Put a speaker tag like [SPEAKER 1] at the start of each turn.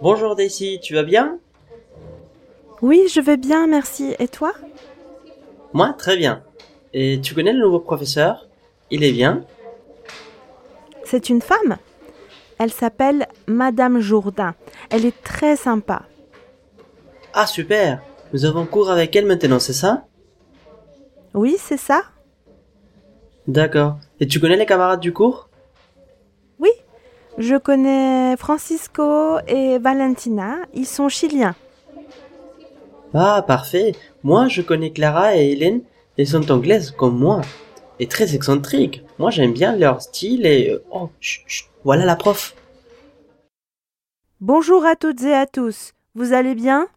[SPEAKER 1] Bonjour Daisy, tu vas bien
[SPEAKER 2] Oui, je vais bien, merci. Et toi
[SPEAKER 1] Moi, très bien. Et tu connais le nouveau professeur Il est bien
[SPEAKER 2] C'est une femme. Elle s'appelle Madame Jourdain. Elle est très sympa.
[SPEAKER 1] Ah super Nous avons cours avec elle maintenant, c'est ça
[SPEAKER 2] Oui, c'est ça
[SPEAKER 1] D'accord. Et tu connais les camarades du cours
[SPEAKER 2] Oui. Je connais Francisco et Valentina. Ils sont chiliens.
[SPEAKER 1] Ah parfait Moi, je connais Clara et Hélène. Elles sont anglaises comme moi. Et très excentriques. Moi, j'aime bien leur style et... Oh, chut, chut, voilà la prof
[SPEAKER 2] Bonjour à toutes et à tous. Vous allez bien